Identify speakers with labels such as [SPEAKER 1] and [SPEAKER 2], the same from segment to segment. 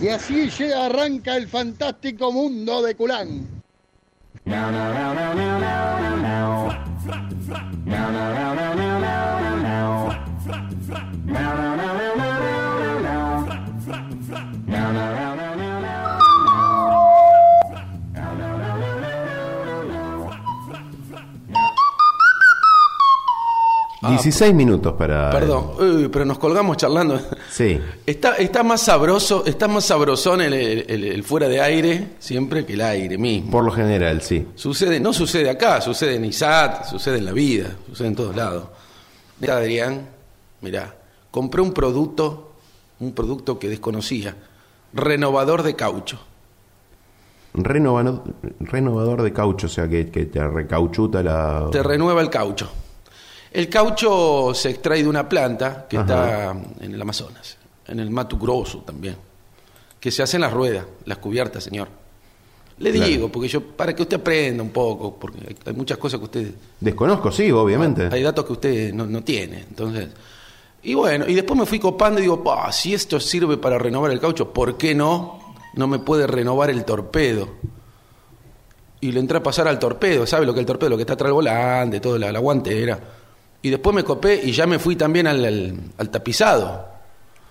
[SPEAKER 1] Y así llega, arranca el fantástico mundo de Culán.
[SPEAKER 2] Ah, 16 minutos para.
[SPEAKER 3] Perdón, uy, pero nos colgamos charlando.
[SPEAKER 2] Sí.
[SPEAKER 3] Está, está más sabroso, está más sabrosón el, el- el- el fuera de aire siempre que el aire mismo.
[SPEAKER 2] Por lo general, sí.
[SPEAKER 3] Sucede, no sucede acá, sucede en ISAT, sucede en la vida, sucede en todos lados. Mirá, Adrián, mirá, compré un producto, un producto que desconocía, renovador de caucho.
[SPEAKER 2] Renovado- renovador de caucho, o sea, que, que te recauchuta la.
[SPEAKER 3] Te renueva el caucho. El caucho se extrae de una planta que
[SPEAKER 2] Ajá.
[SPEAKER 3] está en el Amazonas, en el Mato Grosso también, que se hacen las ruedas, las cubiertas, señor. Le
[SPEAKER 2] Claro.
[SPEAKER 3] digo, porque yo, para que usted aprenda un poco, porque hay, hay muchas cosas que usted,
[SPEAKER 2] Desconozco, sí, obviamente.
[SPEAKER 3] hay datos que usted no, no tiene, entonces. Y bueno, y después me fui copando y digo, "Pa, si esto sirve para renovar el caucho, ¿por qué no? No me puede renovar el torpedo. Y le entré a pasar al torpedo, ¿sabe lo que es el torpedo? Lo que está atrás del volante, toda la, la guantera. Y después me copé y ya me fui también al, al- al tapizado.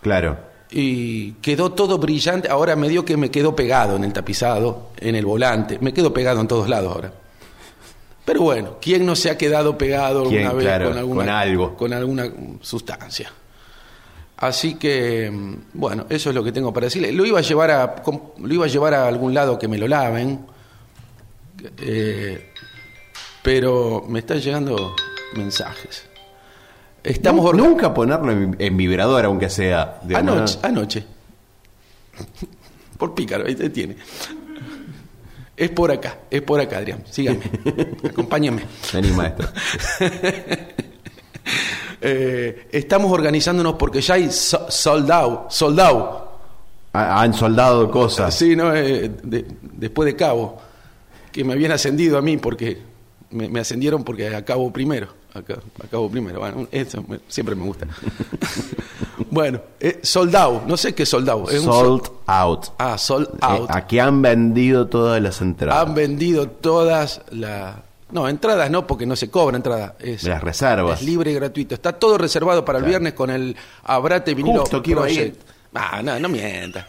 [SPEAKER 2] Claro.
[SPEAKER 3] Y quedó todo brillante. Ahora me dio que me quedó pegado en el tapizado, en el volante. Me quedo pegado en todos lados ahora. Pero bueno, ¿quién no se ha quedado pegado alguna
[SPEAKER 2] ¿Quién?
[SPEAKER 3] vez
[SPEAKER 2] Claro,
[SPEAKER 3] con, alguna,
[SPEAKER 2] con algo.
[SPEAKER 3] con alguna sustancia? Así que, mm, bueno, eso es lo que tengo para decirle. Lo iba a llevar a, com- lo iba a, llevar a algún lado que me lo laven. eh, pero me están llegando mensajes. Estamos
[SPEAKER 2] Nu-
[SPEAKER 3] orga-
[SPEAKER 2] Nunca ponerlo en, en vibrador, aunque sea. de una-
[SPEAKER 3] Anoche, anoche. Por pícaro, ahí te tiene. Es por acá, es por acá, Adrián. Sígame, acompáñame.
[SPEAKER 2] Vení, maestro.
[SPEAKER 3] Eh, estamos organizándonos porque ya hay so- sold out, sold out.
[SPEAKER 2] Ha- Han soldado cosas.
[SPEAKER 3] Sí, ¿no? Eh, de- después de Cabo, que me habían ascendido a mí porque me, me ascendieron porque acabo primero. Acá, acabo primero. Bueno, eso me- siempre me gusta. bueno, eh, sold out. No sé qué es sold out. Es un sol-
[SPEAKER 2] Sold out.
[SPEAKER 3] Ah, sold
[SPEAKER 2] Eh,
[SPEAKER 3] out. Ah,
[SPEAKER 2] aquí han vendido todas las entradas.
[SPEAKER 3] Han vendido todas las... No, entradas no, porque no se cobra entrada. Es,
[SPEAKER 2] Las reservas.
[SPEAKER 3] Es libre y gratuito. Está todo reservado para el
[SPEAKER 2] Claro.
[SPEAKER 3] viernes con el Abrate Vinilo
[SPEAKER 2] Justo que iba a ir.
[SPEAKER 3] Project. Ah, no, no mientas.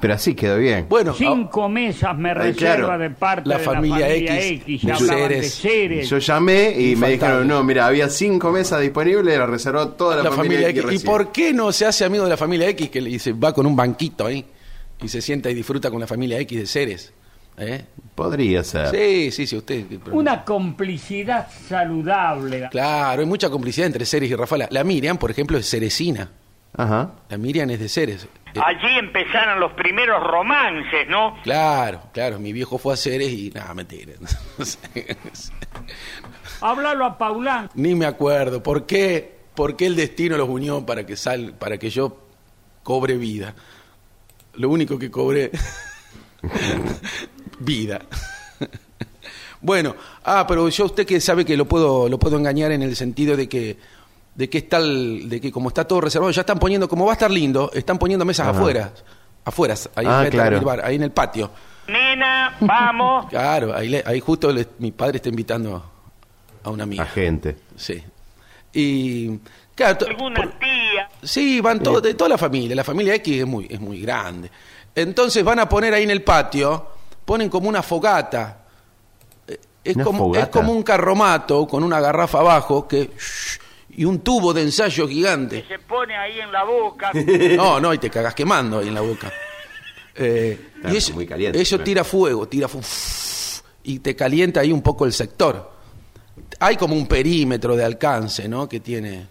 [SPEAKER 2] Pero así quedó bien.
[SPEAKER 3] Bueno,
[SPEAKER 4] Cinco mesas me
[SPEAKER 2] Ay,
[SPEAKER 4] reserva
[SPEAKER 2] eh, claro.
[SPEAKER 4] de parte
[SPEAKER 3] La
[SPEAKER 4] de
[SPEAKER 3] familia
[SPEAKER 4] la familia
[SPEAKER 3] X,
[SPEAKER 4] X.
[SPEAKER 3] de
[SPEAKER 4] ya hablaban de
[SPEAKER 3] Ceres.
[SPEAKER 4] Ceres.
[SPEAKER 2] Yo llamé y me
[SPEAKER 3] Infaltable.
[SPEAKER 2] dijeron, no, mira, había cinco mesas disponibles, la reservó toda la,
[SPEAKER 3] la familia X. ¿Y
[SPEAKER 2] recién.
[SPEAKER 3] por qué no se hace amigo de la familia X que le dice, va con un banquito ahí y se sienta y disfruta con la familia X de seres? ¿Eh?
[SPEAKER 2] Podría ser.
[SPEAKER 3] Sí, sí, sí, usted. qué problema.
[SPEAKER 4] Una complicidad saludable.
[SPEAKER 3] Claro, hay mucha complicidad entre seres y Rafaela. La Miriam, por ejemplo, es ceresina.
[SPEAKER 2] Ajá.
[SPEAKER 3] La Miriam es de seres. Eh,
[SPEAKER 5] Allí empezaron los primeros romances, ¿no?
[SPEAKER 3] Claro, claro, mi viejo fue a Ceres y nada, mentira. No sé.
[SPEAKER 4] Háblalo a Paulán.
[SPEAKER 3] Ni me acuerdo. ¿Por qué, ¿Por qué el destino los unió para que, sal, para que yo cobre vida? Lo único que cobré. vida. bueno, ah, pero yo usted que sabe que lo puedo, lo puedo engañar en el sentido de que de que es tal, de que como está todo reservado, ya están poniendo, como va a estar lindo, están poniendo mesas
[SPEAKER 2] Ajá.
[SPEAKER 3] afuera, afuera, ahí, en
[SPEAKER 2] Ah,
[SPEAKER 3] Metal
[SPEAKER 2] claro.
[SPEAKER 3] Beer Bar, ahí en el patio.
[SPEAKER 5] Nena, vamos.
[SPEAKER 3] Claro, ahí, le- ahí justo le- mi padre está invitando a
[SPEAKER 2] A
[SPEAKER 3] una amiga.
[SPEAKER 2] gente.
[SPEAKER 3] Sí. Y. Claro, to-
[SPEAKER 5] Alguna
[SPEAKER 3] por-
[SPEAKER 5] tía.
[SPEAKER 3] sí, van todo, de toda la familia. La familia X es muy, es muy grande. Entonces van a poner ahí en el patio, ponen como una fogata. Eh, Es,
[SPEAKER 2] ¿Una
[SPEAKER 3] como,
[SPEAKER 2] fogata?
[SPEAKER 3] es como un carromato con una garrafa abajo que. shh, y un tubo de ensayo
[SPEAKER 5] que
[SPEAKER 3] gigante.
[SPEAKER 5] se pone ahí en la boca.
[SPEAKER 3] No, no, y te cagas quemando ahí en la boca. Eh,
[SPEAKER 2] Claro,
[SPEAKER 3] y eso,
[SPEAKER 2] muy caliente,
[SPEAKER 3] eso
[SPEAKER 2] claro.
[SPEAKER 3] tira fuego, tira fuego. Y te calienta ahí un poco el sector. Hay como un perímetro de alcance, ¿no? Que tiene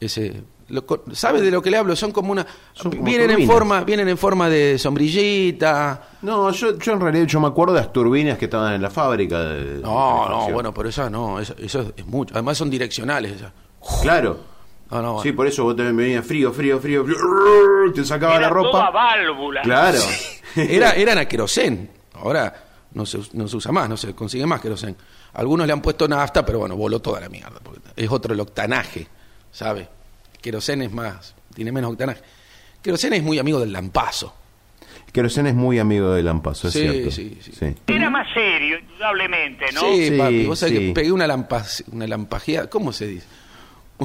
[SPEAKER 3] ese. lo co- ¿Sabes de lo que le hablo? Son como una.
[SPEAKER 2] Son como
[SPEAKER 3] vienen, en
[SPEAKER 2] turbinas.
[SPEAKER 3] forma, vienen en forma de sombrillita.
[SPEAKER 2] No, yo, yo en realidad yo me acuerdo de las turbinas que estaban en la fábrica. de-
[SPEAKER 3] No,
[SPEAKER 2] de
[SPEAKER 3] no,
[SPEAKER 2] refacción.
[SPEAKER 3] bueno, pero esa no, eso, eso es- es mucho. Además son direccionales esas.
[SPEAKER 2] Claro.
[SPEAKER 3] No, no,
[SPEAKER 2] Sí,
[SPEAKER 3] bueno.
[SPEAKER 2] por eso vos también venía frío, frío, frío, frío, te sacaba la
[SPEAKER 5] Era toda
[SPEAKER 2] ropa.
[SPEAKER 5] válvula.
[SPEAKER 2] Claro.
[SPEAKER 3] Era, eran a querosén. Ahora no se, us- no se usa más, no se consigue más querosén. Algunos le han puesto nafta, pero bueno, voló toda la mierda. porque Es otro el octanaje, ¿sabe? Querosén es más, tiene menos octanaje. Querosén es muy amigo del lampazo.
[SPEAKER 2] Kerosene es muy amigo de Lampazo, es
[SPEAKER 3] Sí,
[SPEAKER 2] cierto.
[SPEAKER 3] sí, sí.
[SPEAKER 5] Era más serio, indudablemente, ¿no?
[SPEAKER 3] Sí,
[SPEAKER 2] Sí,
[SPEAKER 3] papi, vos sabés
[SPEAKER 2] sí.
[SPEAKER 3] que pegué una, lampas- una lampajeada, ¿cómo se dice?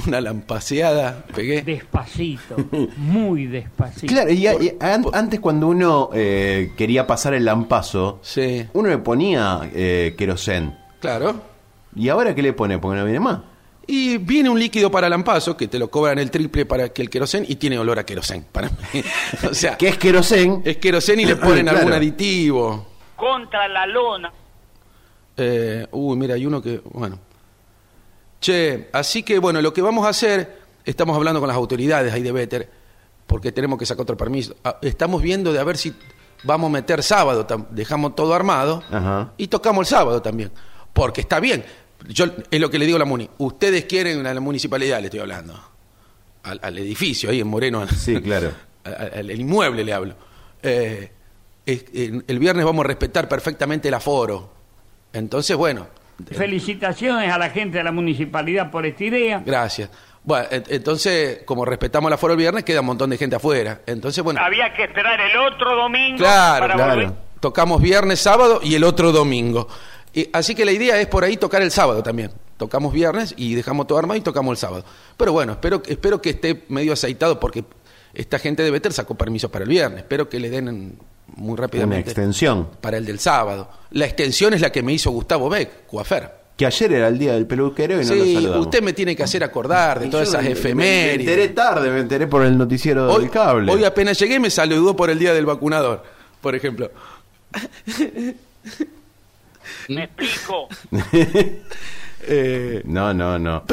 [SPEAKER 3] Una lampaseada, pegué.
[SPEAKER 4] Despacito, muy despacito.
[SPEAKER 2] Claro, y, a- y an- antes cuando uno eh, quería pasar el lampazo,
[SPEAKER 3] Sí,
[SPEAKER 2] uno le ponía eh, querosén.
[SPEAKER 3] claro.
[SPEAKER 2] ¿Y ahora qué le pone? Porque no viene más.
[SPEAKER 3] Y viene un líquido para lampazo que te lo cobran el triple para que el querosén y tiene olor a querosén para mí. O sea,
[SPEAKER 2] ¿Qué es querosén?
[SPEAKER 3] es querosén y le ponen
[SPEAKER 2] Ah, Claro.
[SPEAKER 3] algún aditivo.
[SPEAKER 5] Contra la lona.
[SPEAKER 3] Eh, uy, mira, hay uno que. Bueno. Che, así que bueno, lo que vamos a hacer, estamos hablando con las autoridades ahí de Better, porque tenemos que sacar otro permiso. Ah, Estamos viendo de a ver si vamos a meter sábado, tam- dejamos todo armado
[SPEAKER 2] Ajá.
[SPEAKER 3] y tocamos el sábado también, porque está bien. Yo, es lo que le digo a la Muni. Ustedes quieren, a la municipalidad le estoy hablando, al, al edificio ahí en Moreno.
[SPEAKER 2] Sí, claro.
[SPEAKER 3] a- a- al inmueble le hablo. Eh, es- en- el viernes vamos a respetar perfectamente el aforo. Entonces, bueno,
[SPEAKER 4] Felicitaciones a la gente de la municipalidad por esta idea.
[SPEAKER 3] gracias. Bueno, en- entonces, como respetamos el aforo el viernes, queda un montón de gente afuera. Entonces, bueno,
[SPEAKER 5] Había que esperar el otro domingo
[SPEAKER 3] claro,
[SPEAKER 5] para
[SPEAKER 2] claro.
[SPEAKER 5] volver.
[SPEAKER 3] tocamos viernes, sábado y el otro domingo. Y- así que la idea es por ahí tocar el sábado también. Tocamos viernes y dejamos todo armado y tocamos el sábado. Pero bueno, espero, espero que esté medio aceitado porque esta gente de Better sacó permisos para el viernes. Espero que le den en- muy
[SPEAKER 2] Una
[SPEAKER 3] rápidamente.
[SPEAKER 2] extensión.
[SPEAKER 3] para el del sábado. La extensión es la que me hizo Gustavo Beck, Cuafer.
[SPEAKER 2] Que ayer era el día del peluquero y no lo
[SPEAKER 3] Sí,
[SPEAKER 2] saludamos.
[SPEAKER 3] usted me tiene que hacer acordar de todas
[SPEAKER 2] Yo
[SPEAKER 3] esas
[SPEAKER 2] me- Me enteré
[SPEAKER 3] efemérides.
[SPEAKER 2] tarde, me enteré por el noticiero
[SPEAKER 3] Hoy,
[SPEAKER 2] del cable.
[SPEAKER 3] hoy apenas llegué me saludó por el día del vacunador, por ejemplo.
[SPEAKER 5] Me explico.
[SPEAKER 3] Eh,
[SPEAKER 2] No, no, no.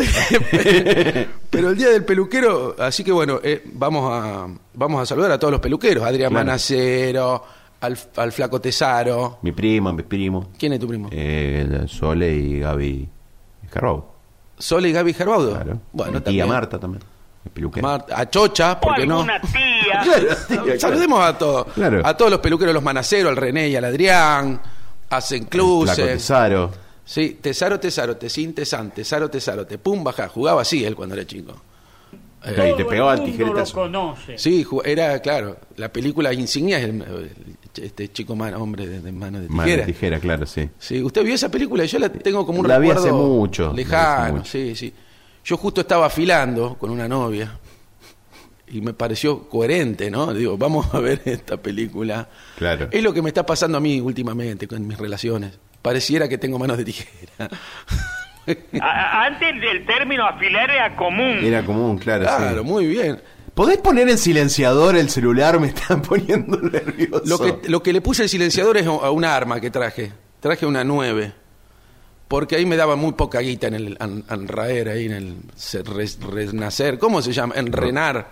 [SPEAKER 3] pero el día del peluquero, así que bueno, eh, vamos, a, vamos a saludar a todos los peluqueros. Adrián
[SPEAKER 2] Claro.
[SPEAKER 3] Manacero, al, al Flaco Tesaro.
[SPEAKER 2] Mi prima, mi primo.
[SPEAKER 3] ¿Quién es tu primo?
[SPEAKER 2] Eh, Sole y Gaby Jarrau.
[SPEAKER 3] Sole y Gaby Gerbaudo.
[SPEAKER 2] Claro.
[SPEAKER 3] Bueno,
[SPEAKER 2] Mi tía
[SPEAKER 3] también.
[SPEAKER 2] Marta también. El peluquero.
[SPEAKER 3] Marta- A Chocha,
[SPEAKER 5] O
[SPEAKER 3] ¿por qué no?
[SPEAKER 5] alguna tía.
[SPEAKER 2] Claro,
[SPEAKER 3] Este,
[SPEAKER 2] sí, claro.
[SPEAKER 3] Saludemos a todos.
[SPEAKER 2] Claro.
[SPEAKER 3] A todos los peluqueros, los manaceros, al René y al Adrián, a
[SPEAKER 2] Flaco
[SPEAKER 3] Sencluse.
[SPEAKER 2] Tesaro.
[SPEAKER 3] Sí, Tesaro, Tesaro, Tesín, Tesán, Tesaro, Tesaro, te pum, bajá. Jugaba así él cuando era chico. Eh.
[SPEAKER 2] Claro, y te
[SPEAKER 4] Todo
[SPEAKER 2] pegó al
[SPEAKER 4] el mundo lo
[SPEAKER 2] tijeretazo.
[SPEAKER 4] conoce.
[SPEAKER 3] Sí, ju- era, claro, la película insignia es el- el- este chico man, hombre de, de mano de tijera.
[SPEAKER 2] Mano de tijera, claro, sí.
[SPEAKER 3] Sí, usted vio esa película, yo la tengo como un
[SPEAKER 2] La vi
[SPEAKER 3] recuerdo
[SPEAKER 2] hace mucho, la vi hace
[SPEAKER 3] lejano,
[SPEAKER 2] mucho.
[SPEAKER 3] sí, sí. Yo justo estaba afilando con una novia y me pareció coherente, ¿no? Digo, vamos a ver esta película.
[SPEAKER 2] Claro.
[SPEAKER 3] Es lo que me está pasando a mí últimamente con mis relaciones. Pareciera que tengo manos de tijera.
[SPEAKER 5] A- a- antes el término afilar era común.
[SPEAKER 2] Era común, claro,
[SPEAKER 3] Claro,
[SPEAKER 2] sí.
[SPEAKER 3] muy bien.
[SPEAKER 2] ¿Podés poner en silenciador el celular? Me están poniendo nervioso.
[SPEAKER 3] Lo que, lo que le puse el silenciador es a un arma que traje. Traje una 9. Porque ahí me daba muy poca guita en el an- Anraer, ahí en el se- re- Renacer. ¿Cómo se llama? En Renar.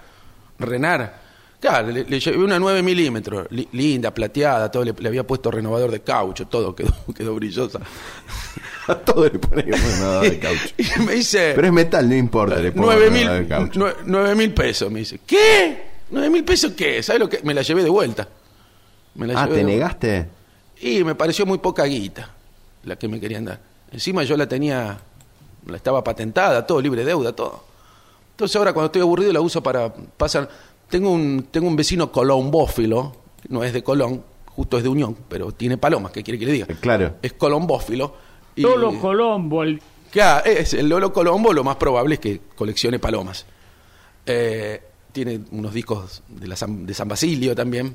[SPEAKER 3] Renar. Claro, le, le llevé una 9 milímetros. li- linda, plateada, todo. Le, le había puesto renovador de caucho, todo. Quedó, quedó brillosa.
[SPEAKER 2] A todo le ponemos nada Ah, de caucho.
[SPEAKER 3] Y me dice.
[SPEAKER 2] Pero es metal, no importa. Le pongo
[SPEAKER 3] Nueve
[SPEAKER 2] nada de
[SPEAKER 3] mil,
[SPEAKER 2] caucho.
[SPEAKER 3] nue- nueve mil pesos, me dice. ¿Qué? ¿Nueve mil pesos qué? ¿Sabes lo que? Me la llevé de vuelta. Me la
[SPEAKER 2] ah,
[SPEAKER 3] llevé
[SPEAKER 2] ¿te
[SPEAKER 3] de-
[SPEAKER 2] negaste?
[SPEAKER 3] Y me pareció muy poca guita la que me querían dar. Encima yo la tenía, la estaba patentada, todo, libre deuda, todo. Entonces ahora cuando estoy aburrido la uso para pasar. Tengo un, tengo un vecino colombófilo, no es de Colón, justo es de Unión, pero tiene palomas, ¿qué quiere que le diga?
[SPEAKER 2] Eh, Claro.
[SPEAKER 3] Es colombófilo. y-
[SPEAKER 4] Tolo Colombo, el
[SPEAKER 3] Claro, ah, es el Lolo Colombo, lo más probable es que coleccione palomas. Eh, tiene unos discos de, la San, de San Basilio también.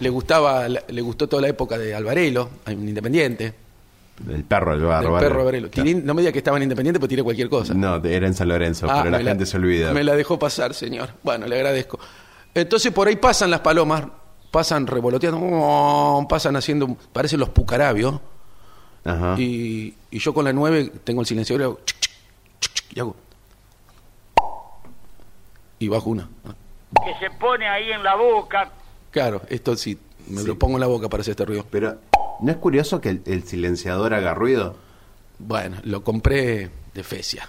[SPEAKER 3] Le gustaba, la- le gustó toda la época de Alvarelo, un independiente,
[SPEAKER 2] El perro del barro.
[SPEAKER 3] del
[SPEAKER 2] vale.
[SPEAKER 3] perro Alvarelo.
[SPEAKER 2] Claro.
[SPEAKER 3] Tirín- No me diga que estaba en independiente, pues tiene cualquier cosa.
[SPEAKER 2] No, era en San Lorenzo,
[SPEAKER 3] Ah,
[SPEAKER 2] pero la
[SPEAKER 3] me
[SPEAKER 2] gente se olvida.
[SPEAKER 3] Me la dejó pasar, señor. Bueno, le agradezco. Entonces por ahí pasan las palomas, pasan revoloteando, ¡oh! pasan haciendo, parecen los pucarabios.
[SPEAKER 2] Ajá.
[SPEAKER 3] Y, y yo con la 9 tengo el silenciador y hago. chic, chic, chic, chic, y hago. Y bajo una.
[SPEAKER 5] Que se pone ahí en la boca.
[SPEAKER 3] Claro, esto sí, me lo pongo en la boca para hacer este ruido.
[SPEAKER 2] Pero, ¿no es curioso que el, el silenciador haga ruido?
[SPEAKER 3] Bueno, lo compré de Fesia.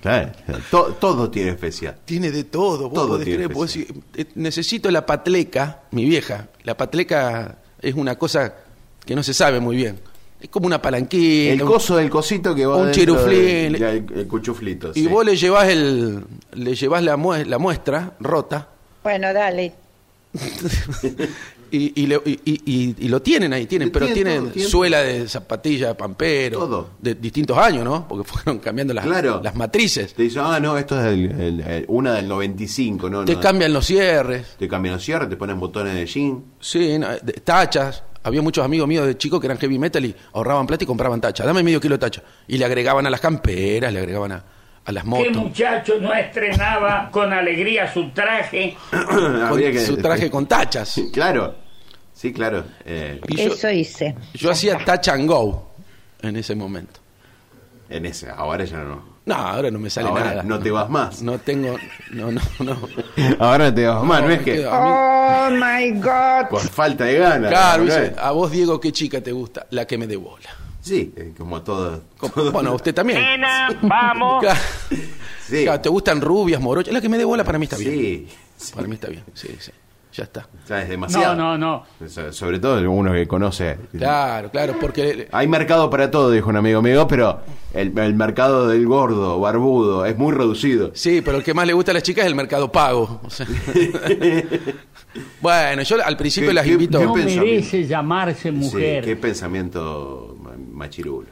[SPEAKER 2] Claro. To- todo tiene especia.
[SPEAKER 3] Tiene de todo, vos
[SPEAKER 2] Todo
[SPEAKER 3] podés
[SPEAKER 2] tiene
[SPEAKER 3] creer, vos
[SPEAKER 2] Fesia.
[SPEAKER 3] decís, eh, necesito la patleca, mi vieja. La patleca es una cosa que no se sabe muy bien. Es como una palanquita.
[SPEAKER 2] El
[SPEAKER 3] un-
[SPEAKER 2] coso del cosito que va
[SPEAKER 3] un
[SPEAKER 2] dentro
[SPEAKER 3] chiruflín.
[SPEAKER 2] del- ya, el, el cuchuflito.
[SPEAKER 3] Y
[SPEAKER 2] sí.
[SPEAKER 3] vos le llevas, el, le llevas la, mue- la muestra rota
[SPEAKER 6] Bueno, dale.
[SPEAKER 3] y, y le- y- y- y- y lo tienen ahí, tienen,
[SPEAKER 2] Lo
[SPEAKER 3] pero
[SPEAKER 2] tienen
[SPEAKER 3] tienen
[SPEAKER 2] todo, tienen
[SPEAKER 3] suela de zapatilla, de pampero,
[SPEAKER 2] Todo.
[SPEAKER 3] de distintos años, ¿no? Porque fueron cambiando las,
[SPEAKER 2] Claro.
[SPEAKER 3] las matrices.
[SPEAKER 2] Te dicen, ah, no, esto es el- el- el- una del 95, no,
[SPEAKER 3] Te
[SPEAKER 2] no.
[SPEAKER 3] cambian los cierres,
[SPEAKER 2] Te cambian los cierres, te ponen botones de jean.
[SPEAKER 3] sí, no, de- tachas. Había muchos amigos míos de chicos que eran heavy metal y ahorraban plata y compraban tachas. Dame medio kilo de tacha. Y le agregaban a las camperas, le agregaban a, a las
[SPEAKER 4] ¿Qué
[SPEAKER 3] motos.
[SPEAKER 4] muchacho no estrenaba con alegría su traje?
[SPEAKER 3] Con
[SPEAKER 2] Habría que-
[SPEAKER 3] su traje con tachas.
[SPEAKER 2] Sí, Claro, sí, claro. Eh,
[SPEAKER 3] Y yo,
[SPEAKER 6] Eso hice.
[SPEAKER 3] yo hacía touch and go en ese momento.
[SPEAKER 2] en ese, ahora ya no.
[SPEAKER 3] No, ahora no me sale
[SPEAKER 2] Ahora
[SPEAKER 3] nada.
[SPEAKER 2] no te vas más.
[SPEAKER 3] No tengo. No, no, no.
[SPEAKER 2] Ahora te vas mal, Ah,
[SPEAKER 3] No,
[SPEAKER 2] no, es
[SPEAKER 3] me
[SPEAKER 2] que
[SPEAKER 3] quedo a mí.
[SPEAKER 6] Oh my God.
[SPEAKER 2] por falta de ganas.
[SPEAKER 3] Claro,
[SPEAKER 2] ¿no?
[SPEAKER 3] dice, a vos, Diego, ¿qué chica te gusta? La que me dé bola.
[SPEAKER 2] Sí, eh, como todo.
[SPEAKER 3] Como- Bueno, a usted también.
[SPEAKER 5] Nena, vamos.
[SPEAKER 3] Claro.
[SPEAKER 2] Sí.
[SPEAKER 3] Claro, ¿Te gustan rubias, morochas? La que me dé bola para mí está bien.
[SPEAKER 2] Sí, sí,
[SPEAKER 3] Para mí está bien, sí, sí. Ya está.
[SPEAKER 2] ya es
[SPEAKER 4] No,
[SPEAKER 2] demasiado.
[SPEAKER 4] no, no.
[SPEAKER 2] So- Sobre todo uno que conoce.
[SPEAKER 3] Claro, claro, porque
[SPEAKER 2] Hay mercado para todo, dijo un amigo mío, pero el, el mercado del gordo, barbudo, es muy reducido.
[SPEAKER 3] Sí, pero el que más le gusta a las chicas es el mercado pago. o sea. bueno, yo al principio
[SPEAKER 2] ¿Qué-
[SPEAKER 3] las
[SPEAKER 2] qué-
[SPEAKER 3] invito.
[SPEAKER 2] qué
[SPEAKER 4] No
[SPEAKER 2] pensamiento.
[SPEAKER 4] merece llamarse mujer.
[SPEAKER 2] Sí, qué pensamiento ma- machirulo.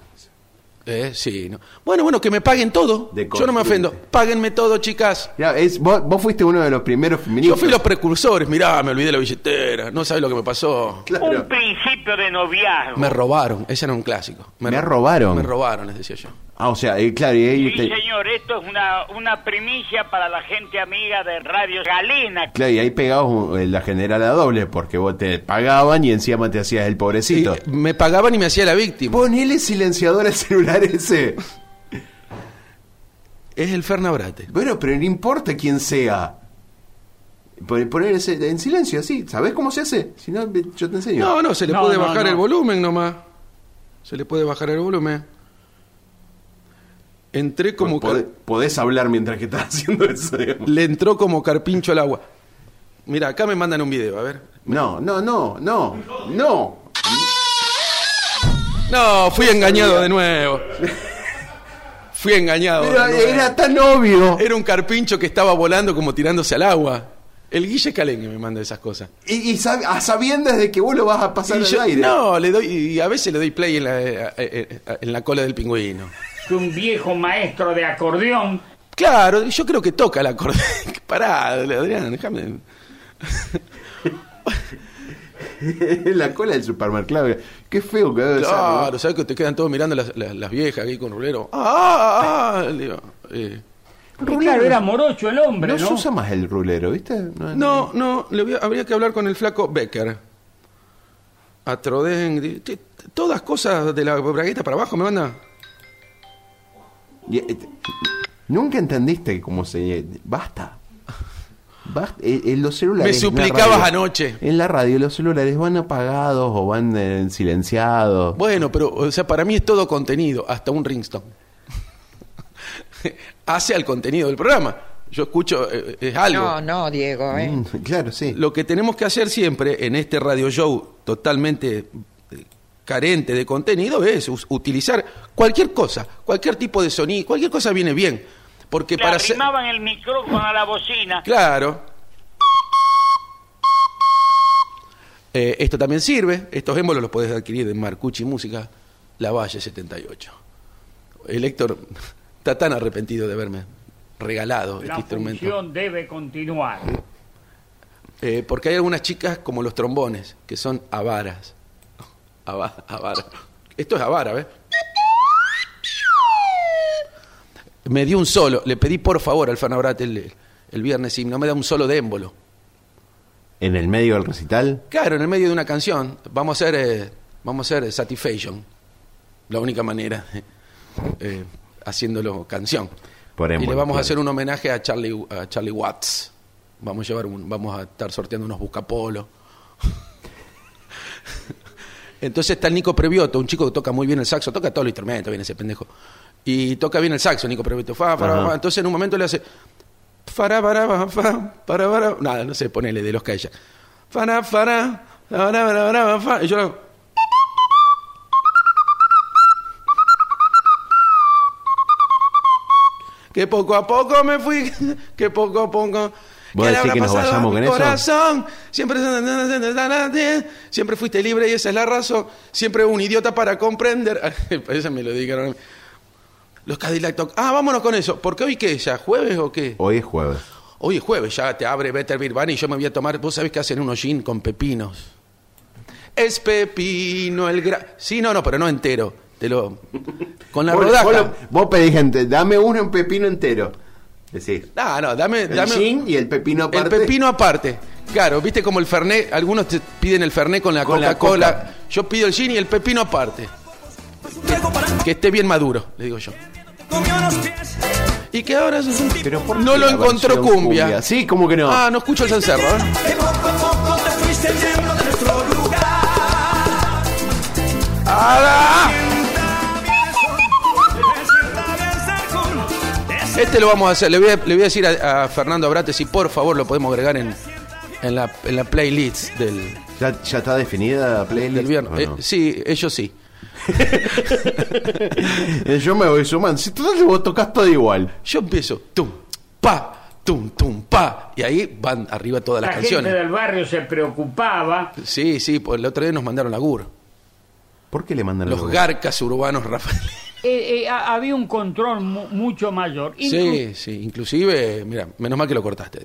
[SPEAKER 3] Eh, sí, no. Bueno, bueno, que me paguen todo.
[SPEAKER 2] De
[SPEAKER 3] Yo no me ofendo.
[SPEAKER 2] construyente.
[SPEAKER 3] Páguenme todo, chicas.
[SPEAKER 2] Mirá, es, vos, vos fuiste uno de los primeros
[SPEAKER 3] Yo
[SPEAKER 2] feministas.
[SPEAKER 3] fui los precursores. Mirá, me olvidé la billetera. No sabes lo que me pasó.
[SPEAKER 5] Un
[SPEAKER 2] Claro.
[SPEAKER 5] principio de noviazgo.
[SPEAKER 3] Me robaron. Ese era un clásico.
[SPEAKER 2] Me robaron.
[SPEAKER 3] Me robaron, les decía yo.
[SPEAKER 2] Ah, o sea, eh, claro, y ahí
[SPEAKER 5] Sí,
[SPEAKER 2] te-
[SPEAKER 5] señor, esto es una, una primicia para la gente amiga de Radio Galena.
[SPEAKER 2] Claro, y ahí pegabas un- eh, la general a doble, porque vos te pagaban y encima te hacías el
[SPEAKER 3] Y
[SPEAKER 2] pobrecito.
[SPEAKER 3] me pagaban y me hacía la víctima.
[SPEAKER 2] Ponele silenciador al celular ese.
[SPEAKER 3] Es el Fernabrate.
[SPEAKER 2] Bueno, pero no importa quién sea. Pon- Poner ese en silencio, así. ¿Sabés cómo se hace? Si no, ve- yo te enseño.
[SPEAKER 3] No, no, se le
[SPEAKER 4] No,
[SPEAKER 3] puede
[SPEAKER 4] no,
[SPEAKER 3] bajar
[SPEAKER 4] no.
[SPEAKER 3] el volumen nomás. Se le puede bajar el volumen. Entré como...
[SPEAKER 2] Pod-
[SPEAKER 3] car-
[SPEAKER 2] Pues Podés hablar mientras que estás haciendo eso. digamos.
[SPEAKER 3] Le entró como carpincho al agua. Mira, acá me mandan un video, a ver.
[SPEAKER 2] No, no, no, no, no.
[SPEAKER 3] No, fui engañado de nuevo. Fui engañado. de
[SPEAKER 2] Pero
[SPEAKER 3] nuevo.
[SPEAKER 2] era tan obvio.
[SPEAKER 3] Era un carpincho que estaba volando como tirándose al agua. El Guille Calengue me manda esas cosas.
[SPEAKER 2] Y, y sab- a sabiendas de que vos lo vas a pasar
[SPEAKER 3] Y
[SPEAKER 2] al
[SPEAKER 3] yo-
[SPEAKER 2] aire.
[SPEAKER 3] no, le doy, y a veces le doy play en la, eh, eh, eh, en la cola del pingüino.
[SPEAKER 4] Que un viejo maestro de acordeón
[SPEAKER 3] Claro, yo creo que toca la corda. Pará, Adrián, déjame.
[SPEAKER 2] la cola del supermercado. Qué feo que debe ser, ¿no?
[SPEAKER 3] Claro, ¿sabes que te quedan todos mirando las, las- las viejas aquí con rulero? ¡Ah! ah, ah, le digo, eh,
[SPEAKER 4] Porque, claro, era morocho el hombre,
[SPEAKER 2] No
[SPEAKER 4] ¿no?
[SPEAKER 2] se usa más el rulero, ¿viste?
[SPEAKER 3] No, no, le voy a- habría que hablar con el flaco Becker. A Trodén, t- t- todas cosas de la bragueta para abajo me manda.
[SPEAKER 2] Y, eh, te- Nunca entendiste cómo se... Basta. Basta. Eh, eh, los celulares...
[SPEAKER 3] Me
[SPEAKER 2] en la
[SPEAKER 3] suplicabas
[SPEAKER 2] radio-
[SPEAKER 3] anoche.
[SPEAKER 2] En la radio los celulares van apagados o van eh, silenciados.
[SPEAKER 3] Bueno, pero, o sea, para mí es todo contenido, hasta un ringstone. Hace al contenido del programa. Yo escucho, eh, es algo.
[SPEAKER 6] No, no, Diego, ¿eh?
[SPEAKER 2] Mm, claro, sí.
[SPEAKER 3] Lo que tenemos que hacer siempre en este radio show totalmente eh, carente de contenido es us- utilizar cualquier cosa, cualquier tipo de sonido, cualquier cosa viene bien. Porque
[SPEAKER 5] Le
[SPEAKER 3] para ser.
[SPEAKER 5] arrimaban el micrófono a la bocina.
[SPEAKER 3] Claro. Eh, esto también sirve. Estos émbolos los podés adquirir en Marcucci Música, La Valle 78. El Héctor está tan arrepentido de haberme regalado
[SPEAKER 4] La
[SPEAKER 3] este instrumento.
[SPEAKER 4] función debe continuar.
[SPEAKER 3] Eh, porque hay algunas chicas como los trombones, que son avaras. Ava- avara. Esto es avara, ¿ves? Me dio un solo. Le pedí por favor al Fanabrat el, el viernes si no me da un solo de émbolo.
[SPEAKER 2] En el medio del recital...
[SPEAKER 3] Claro, en el medio de una canción. Vamos a hacer, eh, vamos a hacer Satisfaction. La única manera. eh, haciéndolo canción.
[SPEAKER 2] Por
[SPEAKER 3] y le
[SPEAKER 2] émbolo,
[SPEAKER 3] vamos
[SPEAKER 2] claro.
[SPEAKER 3] a hacer un homenaje a Charlie, a Charlie Watts. Vamos a, llevar un- vamos a estar sorteando unos buscapolos. Entonces está el Nico Previoto, un chico que toca muy bien el saxo, toca todos los instrumentos, viene ese pendejo. Y toca bien el saxo, Nico Previoto. Fa, fa,
[SPEAKER 2] Ajá.
[SPEAKER 3] fa. Entonces en un momento le hace. Fará, fará, fa, fa, fará, fará. Nada, no sé, ponele de los Kayak. Fará, fará, fará, fará, fará, fa. Y yo le hago, que poco a poco me fui, que poco a poco...
[SPEAKER 2] ¿Vos
[SPEAKER 3] ¿Qué le
[SPEAKER 2] decís
[SPEAKER 3] habrá
[SPEAKER 2] que nos
[SPEAKER 3] pasado a
[SPEAKER 2] vayamos
[SPEAKER 3] mi
[SPEAKER 2] con eso?
[SPEAKER 3] corazón? Siempre, siempre fuiste libre y esa es la razón. Siempre un idiota para comprender. Esa me lo dijeron. a mí. Los Cadillac Talk. Ah, vámonos con eso. ¿Por qué hoy qué? ¿Ya jueves o qué?
[SPEAKER 2] Hoy es jueves.
[SPEAKER 3] Hoy es jueves, ya te abre Better Beer Bar y yo me voy a tomar. Vos sabés que hacen unos gin con pepinos. Es pepino el gra. Sí, no, no, pero no entero. Te lo. Con la
[SPEAKER 2] vos,
[SPEAKER 3] rodaja.
[SPEAKER 2] vos lo- vos pedís gente, dame uno en pepino entero. Decís.
[SPEAKER 3] Ah, no, dame.
[SPEAKER 2] El
[SPEAKER 3] dame
[SPEAKER 2] gin y el pepino aparte.
[SPEAKER 3] El pepino aparte. Claro, viste como el Fernet. Algunos te piden el Fernet con la
[SPEAKER 2] Con la
[SPEAKER 3] Coca-Cola.
[SPEAKER 2] Coca.
[SPEAKER 3] Yo pido el gin y el pepino aparte. Que esté bien maduro, le digo yo. Y que ahora. es-
[SPEAKER 2] Pero ¿por
[SPEAKER 3] no
[SPEAKER 2] qué
[SPEAKER 3] lo
[SPEAKER 2] la
[SPEAKER 3] encontró
[SPEAKER 2] versión
[SPEAKER 3] cumbia.
[SPEAKER 2] Sí, como que no.
[SPEAKER 3] Ah, no escucho el cencerro, ¿eh? ¡Ara! Este lo vamos a hacer. Le voy a, le voy a decir a, a Fernando Abrate si por favor lo podemos agregar en, en, la, en la playlist del,
[SPEAKER 2] ¿Ya, ya está definida la playlist?
[SPEAKER 3] del viernes.
[SPEAKER 2] ¿o no?
[SPEAKER 3] Eh, sí, ellos sí.
[SPEAKER 2] Eh, Yo me voy sumando. Si total vos tocas todo igual.
[SPEAKER 3] Yo empiezo. Tum, pa, tum, tum, pa. Y ahí van arriba todas
[SPEAKER 4] La
[SPEAKER 3] las
[SPEAKER 4] gente
[SPEAKER 3] canciones.
[SPEAKER 4] del barrio se preocupaba.
[SPEAKER 3] Sí, sí, pues el otro día nos mandaron la GUR.
[SPEAKER 2] ¿Por qué le mandan
[SPEAKER 3] Los
[SPEAKER 2] logo?
[SPEAKER 3] garcas urbanos Rafael.
[SPEAKER 4] Eh, eh, ha- había un control mu- mucho mayor. Inclu-
[SPEAKER 3] Sí, sí, inclusive, mira, menos mal que lo cortaste, eh,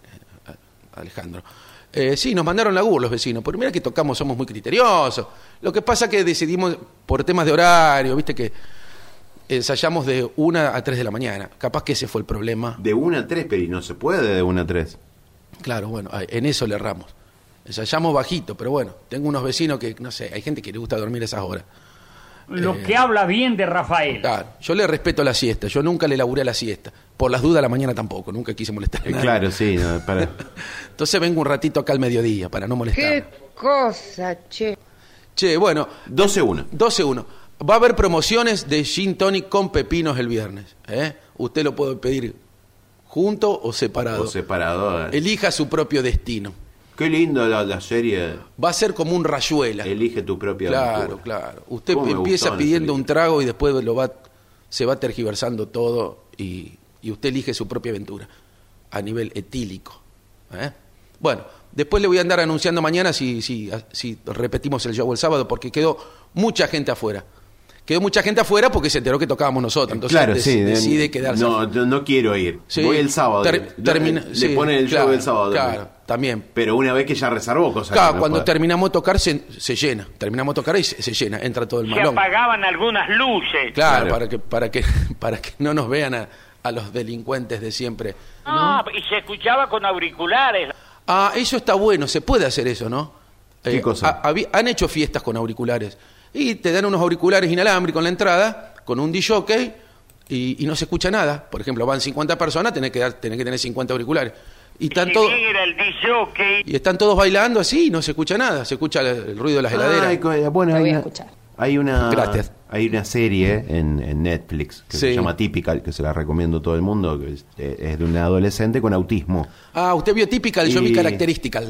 [SPEAKER 3] Alejandro. Eh, sí, nos mandaron la GUR los vecinos, porque mira que tocamos, somos muy criteriosos. Lo que pasa que decidimos por temas de horario, viste que ensayamos de una a 3 de la mañana. Capaz que ese fue el problema.
[SPEAKER 2] De 1 a 3, pero y no se puede de 1 a 3.
[SPEAKER 3] Claro, bueno, ay, en eso le erramos. Ensayamos bajito, pero bueno, tengo unos vecinos que, no sé, hay gente que le gusta dormir a esas horas.
[SPEAKER 4] Lo
[SPEAKER 3] eh.
[SPEAKER 4] que habla bien de Rafael.
[SPEAKER 3] Claro, yo le respeto la siesta, yo nunca le laburé a la siesta. Por las dudas a la mañana tampoco, nunca quise molestar a nadie.
[SPEAKER 2] Claro, sí, no, para.
[SPEAKER 3] Entonces vengo un ratito acá al mediodía para no
[SPEAKER 6] Qué
[SPEAKER 3] molestar.
[SPEAKER 6] cosa, che.
[SPEAKER 3] Che, bueno,
[SPEAKER 2] 12-1.
[SPEAKER 3] 12-1. Va a haber promociones de gin tonic con pepinos el viernes. ¿eh? Usted lo puede pedir junto o separado.
[SPEAKER 2] O separado. eh.
[SPEAKER 3] Elija su propio destino.
[SPEAKER 2] Qué lindo la, la serie.
[SPEAKER 3] Va a ser como un rayuela.
[SPEAKER 2] Elige tu propia
[SPEAKER 3] Claro,
[SPEAKER 2] aventura.
[SPEAKER 3] claro. Usted
[SPEAKER 2] ¿Cómo me
[SPEAKER 3] empieza
[SPEAKER 2] gustaban esas
[SPEAKER 3] pidiendo un
[SPEAKER 2] películas?
[SPEAKER 3] trago y después lo va, se va tergiversando todo y, y usted elige su propia aventura a nivel etílico. ¿eh? Bueno, después le voy a andar anunciando mañana si, si, si repetimos el show el sábado porque quedó mucha gente afuera. Quedó mucha gente afuera porque se enteró que tocábamos nosotros. Entonces
[SPEAKER 2] claro,
[SPEAKER 3] dec-
[SPEAKER 2] sí. eh,
[SPEAKER 3] decide quedarse.
[SPEAKER 2] No, yo no quiero ir.
[SPEAKER 3] Sí,
[SPEAKER 2] Voy el sábado.
[SPEAKER 3] ter-
[SPEAKER 2] Le-
[SPEAKER 3] termina-
[SPEAKER 2] le
[SPEAKER 3] sí,
[SPEAKER 2] ponen el
[SPEAKER 3] claro,
[SPEAKER 2] show el sábado.
[SPEAKER 3] Claro, también.
[SPEAKER 2] Pero una vez que ya reservó cosas.
[SPEAKER 3] Claro,
[SPEAKER 2] que no
[SPEAKER 3] cuando
[SPEAKER 2] puede.
[SPEAKER 3] terminamos de tocar se, se llena. Terminamos de tocar y se, se llena, entra todo el
[SPEAKER 5] Se
[SPEAKER 3] malón.
[SPEAKER 5] apagaban algunas luces.
[SPEAKER 3] Claro,
[SPEAKER 2] Claro.
[SPEAKER 3] para que para que para que no nos vean a, a los delincuentes de siempre.
[SPEAKER 5] Ah, y se escuchaba con auriculares.
[SPEAKER 3] Ah, eso está bueno, se puede hacer eso, ¿no? Eh,
[SPEAKER 2] ¿Qué cosa?
[SPEAKER 3] ha- habi- han hecho fiestas con auriculares y te dan unos auriculares inalámbricos en la entrada con un DJ y, y no se escucha nada. Por ejemplo, van 50 personas, tenés que dar, tenés que tener 50 auriculares y están
[SPEAKER 5] Y
[SPEAKER 3] todos
[SPEAKER 5] era el disjockey.
[SPEAKER 3] y están todos bailando así, y no se escucha nada, se escucha el, el ruido de las
[SPEAKER 2] Ay,
[SPEAKER 3] heladeras.
[SPEAKER 2] co- bueno,
[SPEAKER 6] La
[SPEAKER 2] hay
[SPEAKER 6] voy a
[SPEAKER 2] una-
[SPEAKER 6] escuchar.
[SPEAKER 2] Hay una,
[SPEAKER 3] Gracias.
[SPEAKER 2] Hay una serie en, en Netflix que
[SPEAKER 3] Sí.
[SPEAKER 2] se llama Typical, que se la recomiendo a todo el mundo, que es, eh, es de un adolescente con autismo.
[SPEAKER 3] Ah, usted vio típica, yo vi
[SPEAKER 2] Y-
[SPEAKER 3] característica.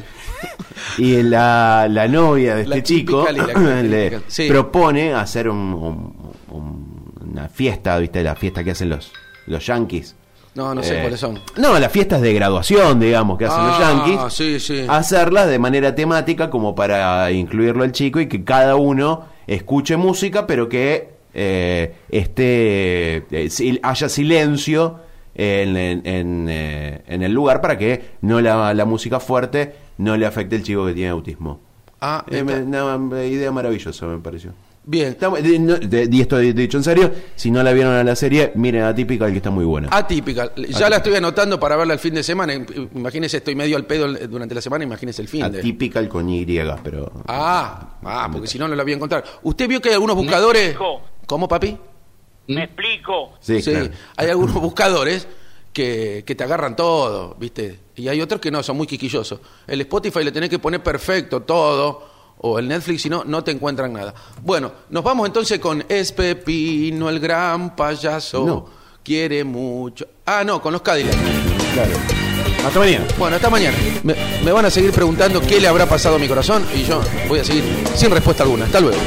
[SPEAKER 2] Y la, la novia de
[SPEAKER 3] La
[SPEAKER 2] este chico
[SPEAKER 3] Typical y la
[SPEAKER 2] le
[SPEAKER 3] Typical, sí.
[SPEAKER 2] propone hacer un- un- un- una fiesta, ¿viste? La fiesta que hacen los, los yankees.
[SPEAKER 3] No, no sé
[SPEAKER 2] Eh,
[SPEAKER 3] cuáles son.
[SPEAKER 2] No, las fiestas de graduación, digamos, que hacen
[SPEAKER 3] Ah,
[SPEAKER 2] los yankees.
[SPEAKER 3] sí, sí.
[SPEAKER 2] Hacerlas de manera temática como para incluirlo al chico y que cada uno escuche música, pero que eh, esté, eh, sil- haya silencio en, en- en, eh, en el lugar para que no la, la música fuerte no le afecte al chico que tiene autismo.
[SPEAKER 3] Ah,
[SPEAKER 2] Eh,
[SPEAKER 3] está.
[SPEAKER 2] me- una idea maravillosa me pareció.
[SPEAKER 3] bien.
[SPEAKER 2] Estamos- de- no- de- y esto dicho en serio, si no la vieron a la serie, miren a Típica, que está muy buena.
[SPEAKER 3] Atípica. Ya
[SPEAKER 2] Atípica.
[SPEAKER 3] la estoy anotando para verla el fin de semana. Imagínese, estoy medio al pedo el- durante la semana, imagínese el fin de.
[SPEAKER 2] Atípica con Y, pero...
[SPEAKER 3] Ah, ah, porque si no, no la voy a encontrar. ¿Usted vio que hay algunos buscadores.
[SPEAKER 5] México.
[SPEAKER 3] ¿Cómo, papi? Mm.
[SPEAKER 5] Me explico.
[SPEAKER 2] Sí, claro.
[SPEAKER 3] Hay algunos buscadores que, que te agarran todo, ¿viste? Y hay otros que no, son muy quisquillosos. El Spotify le tenés que poner perfecto todo. O el Netflix, si no, no te encuentran nada. Bueno, nos vamos entonces con Es Pepino, el gran payaso.
[SPEAKER 2] No.
[SPEAKER 3] Quiere mucho. Ah, no, con los Cadillacs.
[SPEAKER 2] Hasta mañana.
[SPEAKER 3] Bueno, hasta mañana. Me, me van a seguir preguntando qué le habrá pasado a mi corazón y yo voy a seguir sin respuesta alguna. Hasta luego.